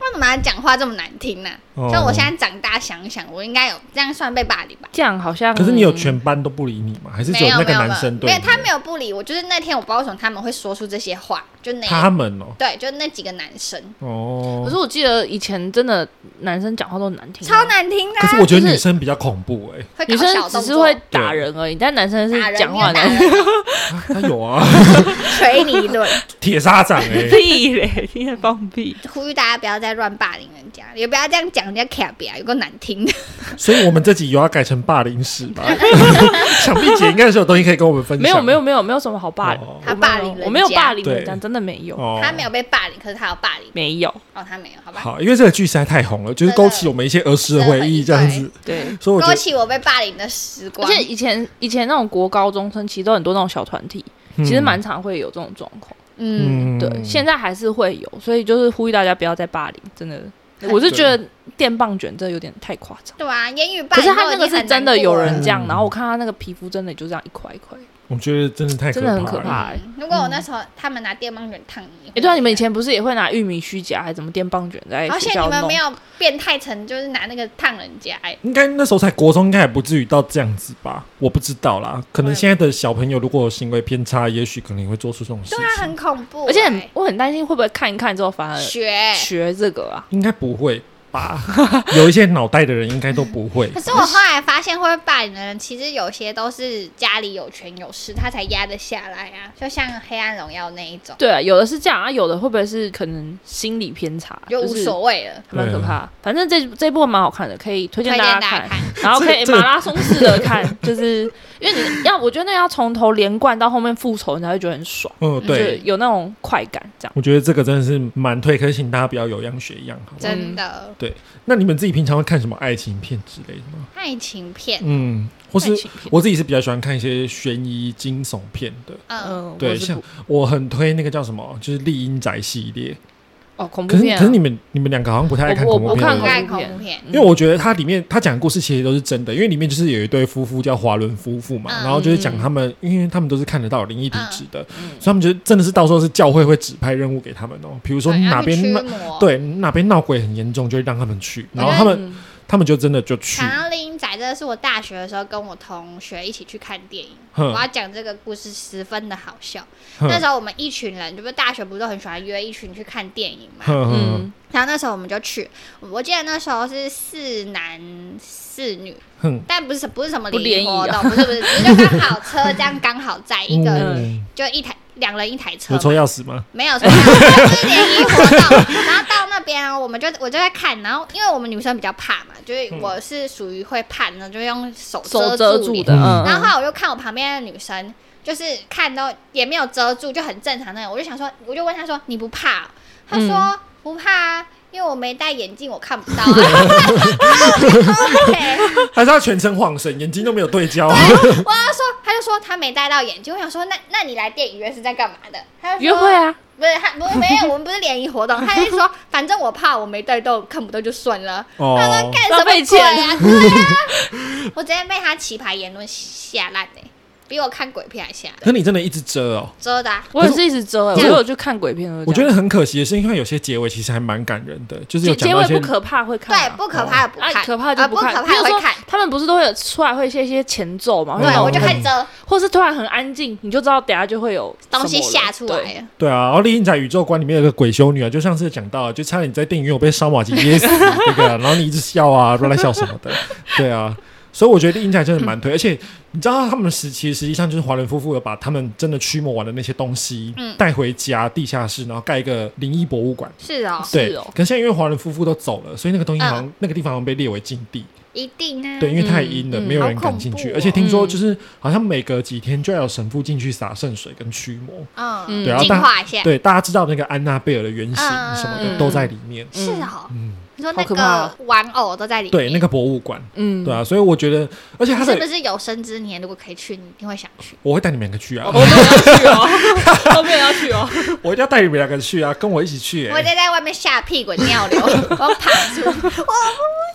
S4: 为什么他讲话这么难听呢、
S2: 哦
S4: 就我现在长大想想，我应该有这样算被霸凌吧？
S3: 这样好像，
S2: 可是你有全班都不理你吗？还是只
S4: 没有
S2: 那
S4: 没
S2: 个
S4: 有
S2: 男
S4: 没有
S2: 生，对
S4: 没有
S2: 你？
S4: 他没有不理我，就是那天我不知道为什么他们会说出这些话，就那
S2: 他们哦
S4: 对，就那几个男生。
S3: 可是
S2: 哦，
S3: 我记得以前真的男生讲话都很难听，
S4: 超。难听的啊、
S2: 可是我觉得
S3: 就是
S2: 女生比较恐怖哎，
S4: 会搞
S3: 女生
S4: 小
S3: 只
S4: 动
S3: 是
S4: 作
S3: 会打人而已，但男生
S4: 打
S3: 是
S4: 人
S3: 讲话
S4: 打
S3: 难
S4: 人
S3: 听。
S2: 啊他有啊，
S4: 捶你一顿，
S2: 铁砂掌哎，
S3: 屁嘞，你在放屁！
S4: 呼吁大家不要再乱霸凌人家，也不要这样讲人家卡比啊，有个难听的。
S2: 所以我们这集有要改成霸凌史 吧？想必姐应该是有东西可以跟我们分享。
S3: 没有没有没有没有什么好霸凌，
S2: 哦
S4: 他霸凌人家
S3: 我没有霸凌
S2: 对
S3: 人家，真的没有，
S2: 哦
S4: 他没有被霸凌，可是他有霸凌。
S3: 没有。
S4: 哦，他没有，好吧。
S2: 好，因为这个剧实在太红了，就是勾起我们一些儿时的回忆，这样子。
S3: 对，
S2: 所以我觉
S4: 勾
S2: 得，
S4: 起我被霸凌的时
S3: 而
S4: 光。
S3: 且以前以前那种国高中生其实都很多那种小团体，
S2: 嗯
S3: 其实蛮常会有这种状况。
S4: 嗯，
S3: 对，现在还是会有，所以就是呼吁大家不要再霸凌，真的。
S2: 嗯
S3: 我是觉得电棒卷这有点太夸张。
S4: 对啊，言语霸
S3: 可
S4: 凌
S3: 是他
S4: 都已经
S3: 那
S4: 很难过了。
S3: 个是真的有人这样，
S2: 嗯
S3: 然后我看他那个皮肤真的就这样一块一块。
S2: 我觉得真的太
S3: 真的很可
S2: 了
S3: 怕哎、
S4: 嗯。如果我那时候他们拿电棒卷烫你，
S3: 欸对啊，你们以前不是也会拿玉米须夹还是怎么电棒卷在
S4: 而
S3: 学
S4: 且你
S3: 校
S4: 们
S3: 弄
S4: 没？有变态成就是拿那个烫人家、哎，
S2: 应该那时候才国中，应该还不至于到这样子吧？我不知道啦，可能现在的小朋友如果有行为偏差，也许可能也会做出这种事
S4: 对啊，
S2: 情。
S4: 很恐怖、
S3: 而且很呃
S4: 哎
S3: 我很担心会不会看一看之后反而
S4: 学
S3: 学这个啊？
S2: 应该不会 吧？有一些脑袋的人应该都不会
S4: 可。是我后来发现，会霸凌的人其实有些都是家里有权有势，他才压得下来啊。就像《黑暗荣耀》那一种，
S3: 对啊，有的是这样啊，有的会不会是可能心理偏差，
S4: 就无
S3: 是
S4: 所谓了。
S3: 还蛮可怕。反正这这部蛮好看的，可以推
S4: 推
S3: 荐
S4: 荐
S3: 大
S4: 大
S3: 家看
S4: 家。看，
S3: 然后可以
S2: 这这
S3: 马拉松式的看， 就是因为你要，我觉得那要从头连贯到后面复仇，你才会觉得很爽，
S2: 嗯，对
S3: 就，有那种快感。这样
S2: 我觉得这个真的是蛮推，可是请大家不要有样学样，好吗？
S4: 真的
S2: 那你们自己平常会看什么爱情片之类的吗？
S4: 爱情片，
S2: 嗯，或是
S3: 爱情片，
S2: 我自己是比较喜欢看一些悬疑惊悚片的。
S4: 嗯，
S3: 嗯，
S2: 对
S3: 我是不
S2: 我很推那个叫什么，就是《丽英宅》系列。
S3: 哦，恐
S2: 可
S3: 怖
S2: 是
S3: 片啊，
S2: 可是你们你们两个好像不太爱看
S3: 我
S2: 恐怖
S3: 我不
S2: 片，
S3: 看
S4: 看
S2: 对不对
S3: 恐怖片
S4: 爱恐怖片，
S2: 因为我觉得它里面它讲的故事其实都是真的，因为里面就是有一对夫妇叫华伦夫妇嘛，
S4: 嗯
S2: 然后就是讲他们，因为他们都是看得到灵异体质的，
S3: 嗯
S2: 所以他们就真的是到时候是教会会指派任务给他们哦、比如说
S4: 对要
S2: 哪
S4: 去哦
S2: 边闹
S4: 驱魔，
S2: 对哪边闹鬼很严重，就会让他们去，然后
S4: 我觉
S2: 他
S4: 得
S2: 们
S3: 嗯
S2: 他们就真的就去，
S4: 想要丽英仔，这个是我大学的时候跟我同学一起去看电影。
S2: 哼
S4: 我要讲这个故事十分的好笑。
S2: 哼
S4: 那时候我们一群人，就是大学不是都很喜欢约一群去看电影嘛？
S2: 哼哼
S3: 嗯，
S4: 然后那时候我们就去，我记得那时候是四男四女，
S2: 哼，
S4: 但不是不是什么
S3: 不
S4: 联谊
S3: 联
S4: 活
S3: 谊
S4: 动，
S3: 啊
S4: 不是不是，只是就刚好车这样刚好在一 个、
S2: 嗯
S4: 就一台两人一台车
S2: 有
S4: 嘛，
S2: 抽钥匙吗？
S4: 没有，说就是联谊活动。然后到那边啊，我们就我就在看，然后因为我们女生比较怕嘛，就是我是属于会怕那种，就用手
S3: 嗯手
S4: 遮
S3: 遮住
S4: 脸
S3: 的，
S2: 嗯
S3: 嗯，
S4: 然
S3: 嗯
S4: 后后来我就看我旁边的女生，就是看到也没有遮住，就很正常那种。我就想说，我就问她说：“你不怕哦？”她说：“
S3: 嗯
S4: 不怕啊，因为我没戴眼镜，我 看不到、啊。”对，
S2: 还是他全程晃神，眼睛都没有对焦，
S4: 我要说，她就说她没戴到眼镜。我想说，那那你来电影院是在干嘛的？她就说
S3: 约会啊，
S4: 不是，她不是没有，我们不是联谊活动。她就说，反正我怕我没戴到，看不到就算了。她 说
S2: 哦，
S4: 干什么
S3: 浪费
S4: 鬼
S3: 钱
S4: 啊？对啊，我直接被她奇葩言论吓烂欸，比我看鬼片还吓。
S3: 嗯
S2: 可你真的一直遮哦。
S4: 遮的啊、
S3: 我也是一直遮，欸
S2: 可
S3: 我
S2: 是
S3: 有去看鬼片，
S2: 我觉得很可惜的是，因为有些结尾其实还蛮感人的，就是有
S3: 结
S2: 讲
S3: 结
S2: 到一
S3: 尾
S2: 些
S3: 不可怕会看啊，
S4: 对，不可怕的不看，
S3: 啊，可怕就
S4: 呃
S3: 不
S4: 不
S3: 看，
S4: 可
S3: 比
S4: 怕
S3: 如
S4: 的
S3: 说
S4: 会看。
S3: 他们不是都会有出来会一些一些前奏嘛，
S2: 嗯
S3: 会有那
S4: 对，
S3: 种
S4: 我就开始遮
S3: 或是突然很安静，你就知道等下就会有
S4: 东西
S3: 什么了
S4: 吓出来。了，
S2: 对啊，然后《丽英仔宇宙观》里面有个鬼修女啊，就上次讲到，就差点在电影院我被烧马吉 噎死这个啊，然后你一直笑啊，不知道在笑什么的，对啊，所以我觉得《丽英仔》真的蛮推，而且你知道他们时期实际上就是华伦夫妇有把他们真的驱魔完的那些东西
S4: 嗯
S2: 带回家地下室，然后盖一个灵异博物馆。
S4: 是哦，
S3: 是
S2: 对，
S3: 哦嗯
S2: 可是现在因为华人夫妇都走了，所以那个东西好像、那个地方好像被列为禁地。
S4: 一定啊。
S2: 对，因为太阴了，
S3: 嗯
S2: 没有人
S4: 好
S2: 敢
S4: 恐
S2: 进去。
S4: 怖
S2: 而且听说
S3: 嗯
S2: 就是好像每隔几天就要有神父进去洒圣水跟驱魔。
S4: 嗯，
S3: 嗯
S2: 对啊
S4: 净化一下。
S2: 对，大家知道那个安娜贝尔的原型
S4: 啊
S2: 什么
S3: 嗯
S2: 的都在里面。
S4: 是哦，
S2: 嗯，
S4: 你说
S3: 好
S4: 那
S3: 可怕
S4: 个
S3: 哦
S4: 玩偶都在里面，
S2: 对，那个博物馆，
S3: 嗯，
S2: 对啊，所以我觉得，而且他
S4: 是不
S2: 的，
S4: 是有生之年如果可以去，你一定会想去？
S2: 我会带你们两个去啊
S3: 我，们也要去哦，我们也要去哦。
S2: 我一定要带你们两个去啊，跟我一起去、
S4: 我
S2: 欸。
S4: 就在外面吓屁滚尿 流，我爬出，我不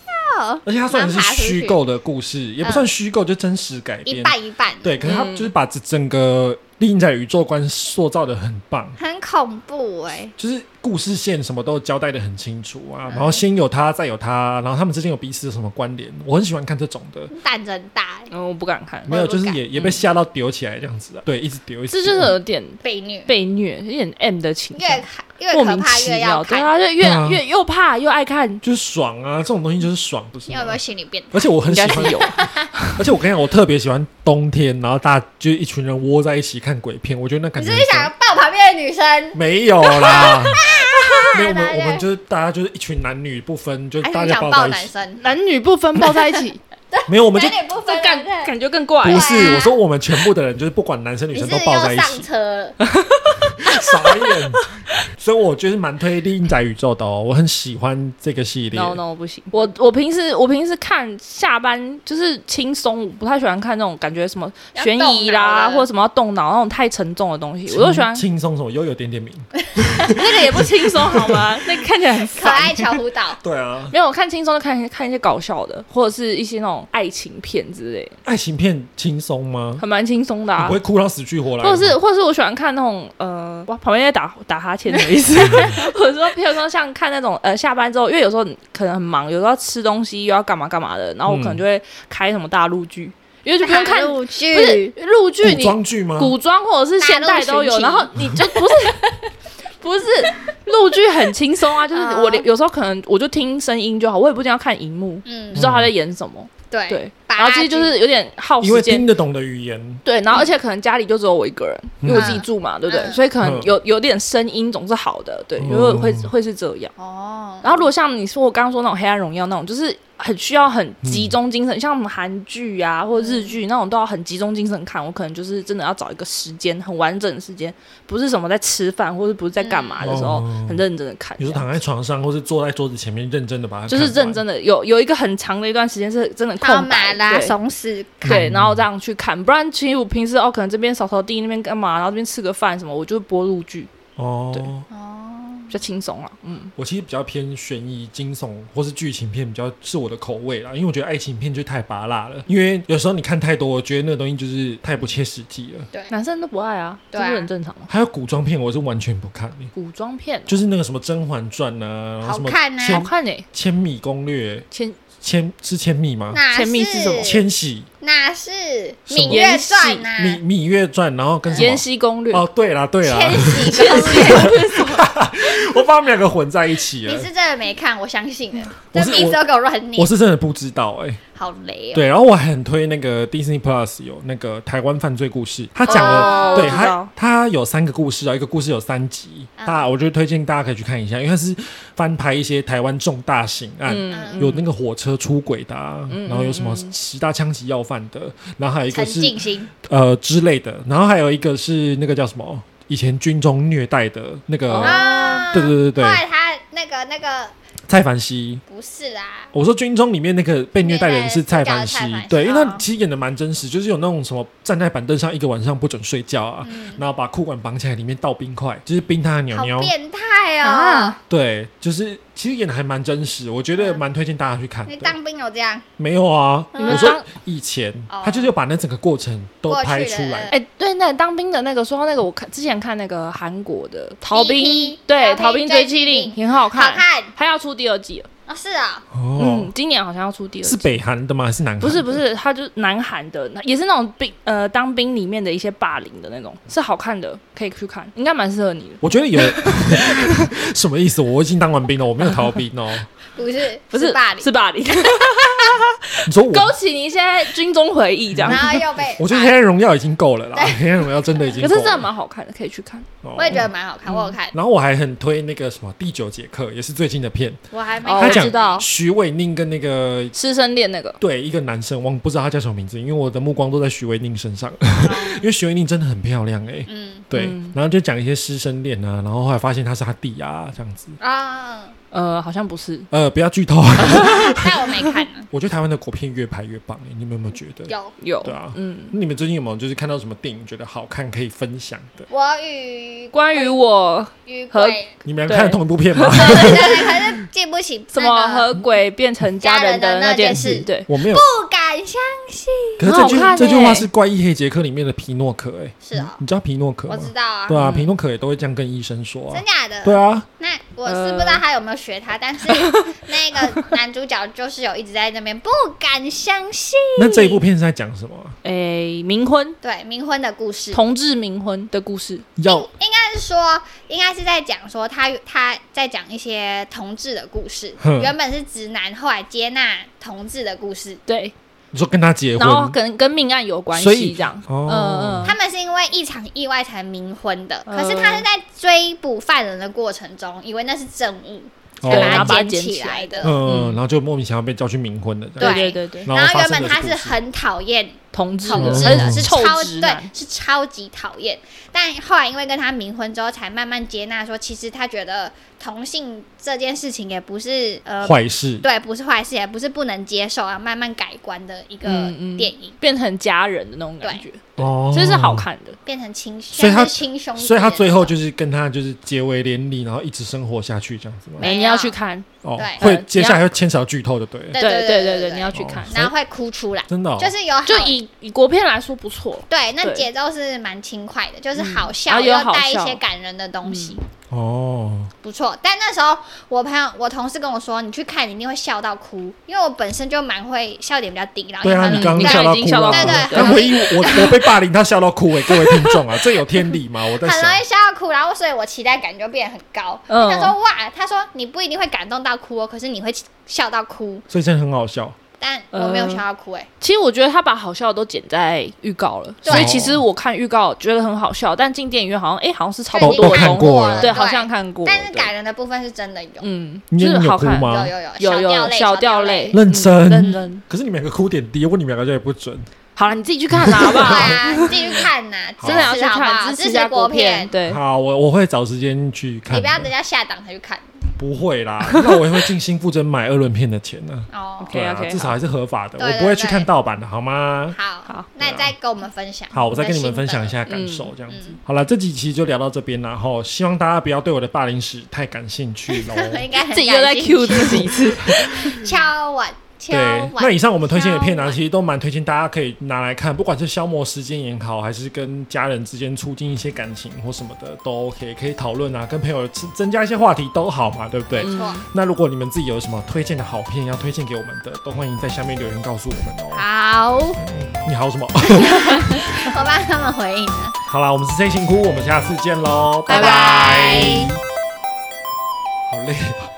S2: 而且它虽然是
S4: 爬出去嗯
S2: 虚构的故事，也不算虚构，就真实改
S4: 要，一
S2: 编。
S4: 半一半，
S2: 对，可是他
S3: 嗯
S2: 就是把这整个《丽影仔宇宙观》塑造的很棒。
S4: 很恐怖哎。
S2: 就是故事线什么都交代的很清楚
S4: 嗯
S2: 啊，然后先有他，再有他，然后他们之间有彼此有什么关联，我很喜欢看这种的，
S4: 胆子很大欸，
S3: 嗯，我不敢看，
S2: 没有，
S4: 我也不嗯
S2: 就是
S4: 敢
S2: 也也被吓到丢起来这样子啊，对，一直丢，一直
S3: 这
S2: 丢
S3: 就是有点
S4: 被虐，
S3: 被虐，有点 M 的情
S4: 越
S3: 向，
S4: 看越
S3: 莫
S4: 可
S3: 名
S4: 怕
S3: 其
S4: 越要
S3: 妙，对
S4: 看。
S3: 啊，就越
S2: 对啊
S3: 越又怕又爱看，
S2: 就是爽啊，这种东西就是爽，不是
S4: 你
S2: 吗？
S4: 有没有心理变态？
S2: 而且我很
S3: 应
S2: 喜
S3: 该
S2: 欢
S3: 是，有，
S2: 而且我跟你讲，我特别喜欢冬天，然后大家就一群人窝在一起看鬼片，我觉得那感
S4: 你
S2: 觉
S4: 是不是
S2: 很
S4: 想要抱旁边的女生？
S2: 没有 啦，没有，我
S4: 大
S2: 们
S4: 家
S2: 我们就是大家就是一群男女不分，就
S4: 还是
S2: 大
S4: 你
S2: 家
S4: 想
S2: 抱
S4: 抱
S2: 在一
S4: 男
S2: 起，
S4: 生？
S3: 男女不分抱在一 起，
S2: 没有，我们就
S4: 男女不
S3: 这
S4: 分
S3: 感
S4: 男
S3: 感觉更怪。
S2: 不
S4: 对
S2: 是，
S4: 啊
S2: 我说我们全部的人就是不管男生女
S4: 你
S2: 生
S4: 是
S2: 都
S4: 又
S2: 抱在一起
S4: 上。车了，
S2: 傻眼。所以我就是蛮推《丽英仔宇宙》的哦，我很喜欢这个系列。
S3: no no 不行，我我平时我平时看下班就是轻松，我不太喜欢看那种感觉什么
S4: 要
S3: 悬疑
S4: 动脑
S3: 啦，
S4: 的
S3: 或者什么要动脑那种太沉重的东西，
S2: 轻
S3: 我都喜欢
S2: 嗯轻松什么悠悠点点名。
S3: 那个也不轻松好 吗？那个看起来很
S4: 可
S3: 烦
S4: 爱乔舞蹈。
S2: 对啊，
S3: 没有，我看轻松的看看一些搞笑的，或者是一些那种爱情片之类的，
S2: 爱情片轻松吗？
S3: 还蛮轻松的
S2: 你
S3: 啊
S2: 不会。哭到死去活来吗，
S3: 或者是，或者是我喜欢看那种，呃，哇，旁边在打打哈欠的 意思。或者说，譬如说像看那种，呃，下班之后，因为有时候你可能很忙，有时候要吃东西又要干嘛干嘛的，然后我可能就会开什么大陆剧，因为就不用看，不
S4: 陆
S3: 是
S4: 剧，
S3: 陆剧
S2: 古
S3: 你
S2: 装剧吗？
S3: 古装或者是现代都有，
S4: 大
S3: 然
S4: 陆
S3: 后
S4: 寻
S3: 你就不是。不是陆剧很轻松啊，就是
S4: 啊
S3: 我连有时候可能我就听声音就好，我也不一定要看荧幕，
S4: 嗯
S3: 你，知道他在演什么。
S4: 对
S3: 对，
S4: 把
S3: 然后这些就是有点耗
S2: 因为
S3: 时间
S2: 听。得懂的语言，
S3: 对，然后而且可能家里就只有我一个人，因为我自己住嘛，对不对？
S4: 嗯
S3: 所以可能有有点声音总是好的，对，
S2: 嗯
S3: 因为会会是这样。
S4: 哦，
S3: 然后如果像你说我刚刚说那种黑暗荣耀那种，就是很需要很
S2: 嗯
S3: 集中精神，像什么韩剧啊或者日剧那种都要很集中精神看，我可能就是真的要找一个时间很完整的时间，不是什么在吃饭或者不是在干嘛的时候、
S2: 嗯哦
S3: 很认真的看
S2: 比
S3: 这
S2: 如说
S3: 样。
S2: 躺在床上，或是坐在桌子前面，认真的把它
S3: 就是
S2: 看完
S3: 认真的有有一个很长的一段时间是真的空
S4: 到马
S3: 白，
S4: 拉
S3: 对
S4: 松是
S3: 对，
S2: 嗯
S3: 然后这样去看，不然其实我平时哦，可能这边扫扫地，那边干嘛，然后这边吃个饭什么，我就播陆剧，对
S2: 哦。
S4: 哦，
S3: 比较轻松了。嗯，
S2: 我其实比较偏悬疑、惊悚或是剧情片，比较是我的口味啦。因为我觉得爱情片就太拔辣了，因为有时候你看太多，我觉得那个东西就是太不切实际了。
S4: 对，
S3: 男生都不爱啊，这
S4: 对啊
S3: 不是很正常吗？
S2: 还有古装片，我是完全不看的、
S3: 古装片
S2: 就是那个什么《甄嬛传》啊，然后什么
S4: 好看啊
S2: 千
S3: 好看呢、欸
S2: 千米攻略》，
S3: 千
S2: 千是千米吗？
S4: 那
S3: 前密是什么
S2: 千玺
S4: 那是《
S2: 什么
S4: 芈月传》啊
S2: 芈
S4: 呐，
S2: 芈月传，然后跟
S3: 《
S2: 什
S3: 延
S2: 么？
S3: 禧攻略》
S2: 哦，对啦对啦，
S4: 千玺
S3: 啊
S4: 攻 略。
S2: 我把他们两个混在一起
S4: 你
S2: 了。
S4: 是真的没看，我相信的。
S2: 我
S4: 这
S2: 是
S4: 名字都给我乱
S2: 我
S4: 念，
S2: 是真的不知道哎、
S4: 好雷哦。
S2: 对，然后我很推那个 Disney Plus 有那个台湾犯罪故事，他讲了，
S3: 哦
S2: 对
S3: 我知
S2: 他
S3: 道
S2: 他有三个故事啊，一个故事有三集，
S4: 嗯
S2: 大我就推荐大家可以去看一下，因为它是翻拍一些台湾重大刑案，
S3: 嗯，
S2: 有那个火车出轨的、啊，
S3: 嗯
S2: 然后有什么
S3: 嗯嗯
S2: 十大枪击要犯的，然后还有一个
S4: 陈
S2: 是
S4: 静心
S2: 呃之类的，然后还有一个是那个叫什么以前军中虐待的那个，
S3: 哦
S4: 啊，
S2: 对对对对
S4: 后
S2: 对，
S4: 来他那个那个
S2: 蔡凡熙。
S4: 不是啦，
S2: 我说军中里面那个被虐待的人是蔡凡熙
S4: 虐待的是蔡凡，熙
S2: 对，因为他
S4: 哦
S2: 其实演的蛮真实，就是有那种什么站在板凳上一个晚上不准睡觉啊，
S4: 嗯，
S2: 然后把裤管绑起来，里面倒冰块，就是冰他的鸟
S4: 好
S2: 鸟。
S4: 变态哦
S3: 啊！
S2: 对，就是其实演的还蛮真实，我觉得
S4: 嗯
S2: 蛮推荐大家去看
S4: 你
S2: 的。
S4: 当兵有这样？
S2: 没有啊，
S3: 你
S2: 我
S3: 们
S2: 说
S3: 当
S2: 以前
S4: 哦
S2: 他就是有把那整个过程都
S4: 过去
S2: 拍
S4: 的
S2: 出来，
S3: 哎、对，那当兵的那个说到那个，我看之前看那个韩国的《逃兵
S4: BP》，
S3: 对，《
S4: 逃
S3: 逃
S4: 兵
S3: 兵
S4: 追
S3: 追
S4: 击
S3: 击
S4: 令
S3: 令》也很好
S4: 好
S3: 看，
S4: 看
S3: 还要出第二季了。
S4: 哦，是啊，
S2: 哦
S3: 嗯，，今年好像要出第二
S2: 是
S3: 季。
S2: 北韩的吗？还是南韩？
S3: 不是不，是，他就是南韩的，那也是那种兵呃当兵里面的一些霸凌的那种，是好看的，可以去看，应该蛮适合你的。
S2: 我觉得有 什么意思？我已经当完兵了，我没有逃兵哦。
S4: 不是
S3: 不是
S4: 霸凌，
S3: 是霸 凌，
S2: 你说我
S3: 勾起你现在军中回忆这样
S4: 然。后又被
S2: 我觉得《黑暗荣耀》已经够了啦，《黑暗荣耀》真的已经
S3: 可
S2: 够
S3: 是
S2: 了。
S3: 真的蛮好看的，可以去看。
S2: 哦
S4: 我也觉得蛮好
S3: 嗯
S4: 看，我有看，
S2: 然后我还很推那个什么第九节课，也是最近的片，
S4: 我还没
S3: 哦
S2: 他
S4: 看
S3: 我
S2: 讲
S3: 知道
S2: 徐伟宁跟那个
S3: 师生恋那个，
S2: 对一个男生，我不知道他叫什么名字，因为我的目光都在徐伟宁身 上， 因为徐伟宁真的很漂亮哎、
S4: 嗯
S2: 对，
S3: 哦嗯
S2: 然后就讲一些师生恋啊，然后后来发现他是他弟啊，这样子。
S4: 啊，嗯
S3: 呃，好像不是，
S2: 呃，不要剧 透。
S4: 但我没看呢，
S2: 我觉得台湾的国片越拍越棒、欸，你们有没有觉得？
S4: 有
S3: 有，
S2: 对啊
S3: 嗯。
S2: 你们最近有没有就是看到什么电影觉得好看可以分享的？
S4: 我与
S3: 关于我
S4: 与
S3: 和
S4: 鬼哦
S2: 你们俩看了
S3: 对
S2: 同一部 片吗？
S4: 对对对，可是记不起
S3: 什么
S4: 那个
S3: 和鬼变成家人
S4: 家人
S3: 的
S4: 的那
S3: 那件
S4: 件
S3: 事
S4: 事，
S3: 对，
S2: 我没有。
S4: 不敢相信，
S2: 可是
S3: 很
S2: 这
S3: 好
S2: 句、
S3: 看
S2: 这句话
S3: 欸
S2: 是《怪异黑杰克》里面的皮诺可哎、
S4: 是哦，
S2: 你知道皮诺可吗
S4: 我？知道啊
S2: 对，啊，
S3: 嗯
S2: 皮诺可也都会这样跟医生说啊
S4: 真。假的，
S2: 对啊，
S4: 那我是不知道他有没有学他，但是
S3: 呃
S4: 那个男主角就是有一直在那边不敢相信。
S2: 那这一部片是在讲什么啊？
S3: 诶，冥婚，
S4: 对，冥婚的故事，
S3: 同志冥婚的故事，
S2: 要
S4: 但是说应该是在讲说他他在讲一些同志的故事，
S2: 哼嗯
S4: 原本是直男，后来接纳同志的故事。
S3: 对，
S2: 你说跟他结婚
S3: 然，后跟跟命案有关
S2: 所以
S3: 系，这样，嗯
S2: 哦
S3: 嗯，
S4: 他们是因为一场意外才冥婚的，
S3: 嗯
S4: 可是他是在追捕犯人的过程中，以为那是证物，
S2: 哦
S3: 对然
S4: 才
S3: 后把
S4: 他
S3: 它
S4: 捡
S3: 捡
S4: 起
S3: 起来
S4: 来的。
S2: 嗯，
S3: 嗯
S2: 然后就莫名其妙被叫去冥婚了，这样
S3: 对
S4: 对
S3: 对对对，
S4: 然后
S2: 发
S4: 原
S2: 生
S4: 本
S2: 的
S4: 他
S2: 故
S4: 是
S2: 事
S4: 很讨厌
S3: 同志
S4: 同
S3: 的
S4: 志
S2: 嗯
S4: 的，
S3: 嗯
S4: 是
S3: 臭
S4: 超
S3: 直
S4: 对
S3: 男，，
S4: 是超级讨厌。但后来因为跟他冥婚之后，才慢慢接纳说，其实他觉得同性这件事情也不是呃，
S2: 坏事，
S4: 对，不是坏事，也不是不能接受啊，慢慢改观的一个
S3: 嗯嗯
S4: 电影，
S3: 变成家人的那种感觉，
S2: 哦
S3: 所以是好。看的。
S4: 变成亲，
S2: 所以他
S4: 像是亲兄弟的那种，
S2: 所以他最后就是跟他就是结为连理，然后一直生活下去这样子吗
S4: 没？有
S3: 哎，你要去看，
S2: 哦
S4: 对，
S2: 会
S3: 嗯
S2: 接下来会牵扯到剧透的，对了，
S4: 对
S3: 对
S4: 对
S3: 对
S4: 对
S3: 对，
S4: 对
S3: 你要去看
S2: 哦。
S4: 然后会哭出来，
S2: 真的哦
S4: 就是有好
S3: 就以以国片来说不错，
S4: 对，那
S3: 对嗯
S4: 节奏是蛮轻快的，就是好
S3: 然
S4: 笑
S3: 后也
S4: 又
S3: 有好
S4: 带一
S3: 笑嗯
S4: 些感人的东西，
S2: 哦，
S4: 不错。但那时候我朋友，我同事跟我说，你去看你一定会笑到哭，因为我本身就蛮会笑点比较低，然后
S2: 对啊，
S4: 一般
S2: 你刚
S3: 你
S2: 刚笑
S3: 刚
S2: 到
S3: 已经笑
S2: 哭
S3: 到
S2: 了，
S4: 哭了对对
S2: 但唯一我我被霸凌到笑到哭哎，各位听众啊，这有天理吗？我在
S4: 很
S2: 想
S4: 容，易笑到哭，然后所以我期待感就变得很高。
S3: 嗯
S4: 他说哇，他说你不一定会感动到哭哦，可是你会笑到哭，
S2: 所以真的很好笑。
S4: 但我没有
S3: 呃
S4: 笑到哭哎、
S3: 其实我觉得他把好笑的都剪在预告了，
S4: 对
S3: 所以其实我看预告觉得很好笑，但进电影院好像哎、好像是差
S4: 就
S3: 不
S4: 已
S2: 哦
S3: 多
S4: 经
S2: 都看
S3: 东
S2: 过
S4: 了，
S2: 了
S3: 对，好像看过，
S4: 但是
S3: 对
S4: 感人的部分是真的有，
S3: 嗯，
S2: 你
S3: 就是
S2: 你有
S3: 好
S2: 哭
S3: 看，
S2: 吗
S4: 有
S3: 有
S4: 有有掉
S3: 有
S4: 泪，
S3: 小
S4: 掉
S3: 掉泪，
S2: 认真
S3: 嗯认真。
S2: 可是你们两个哭点低，问你们两个就也不准。
S3: 好了，你自己去看啦，好不
S4: 对
S3: 好？
S4: 啊，你自己去看呐、支
S3: 真的要去
S4: 持好不好？
S3: 看，
S4: 支
S3: 持
S4: 持
S3: 国
S4: 国片，
S3: 对，
S2: 好，我我会找时间去看
S4: 你
S2: 的。
S4: 不要等一下下档才去看
S2: 不会啦，那我也会尽心付真买二轮片的钱 呢、
S4: 哦。
S3: OK
S2: 对啊，
S3: OK，
S2: 至少还是合法的，
S4: 对对
S2: 我不会去看盗版的，好吗？
S4: 好，
S3: 好
S4: 那你再跟我们分享。
S2: 好，我再跟你们分享一下感受，这样子。好了，这几期就聊到这边啦，然后希望大家不要对我的霸凌史太感兴趣 喽。
S4: 你的心得。应该很
S3: 自己又在
S4: 感兴
S3: Q
S4: 趣
S3: 自己一次，
S4: 敲碗敲
S2: 对
S4: 碗。，
S2: 那以上我们推荐的片呢、啊
S4: 敲碗
S2: 其实都蛮推荐大家可以拿来看，不管是消磨时间也好，还是跟家人之间促进一些感情或什么的，都 OK，可以讨论啊，跟朋友增增加一些话题都好嘛，对不对？
S4: 没错。
S2: 那如果你们自己有什么推荐的好片要推荐给我们的，都欢迎在下面留言告诉我们哦。
S4: 好，我
S2: 你还有什么？
S4: 帮他们回应了，
S2: 好啦，我们是真辛苦，我们下次见喽，
S4: 拜拜
S2: 好累哦。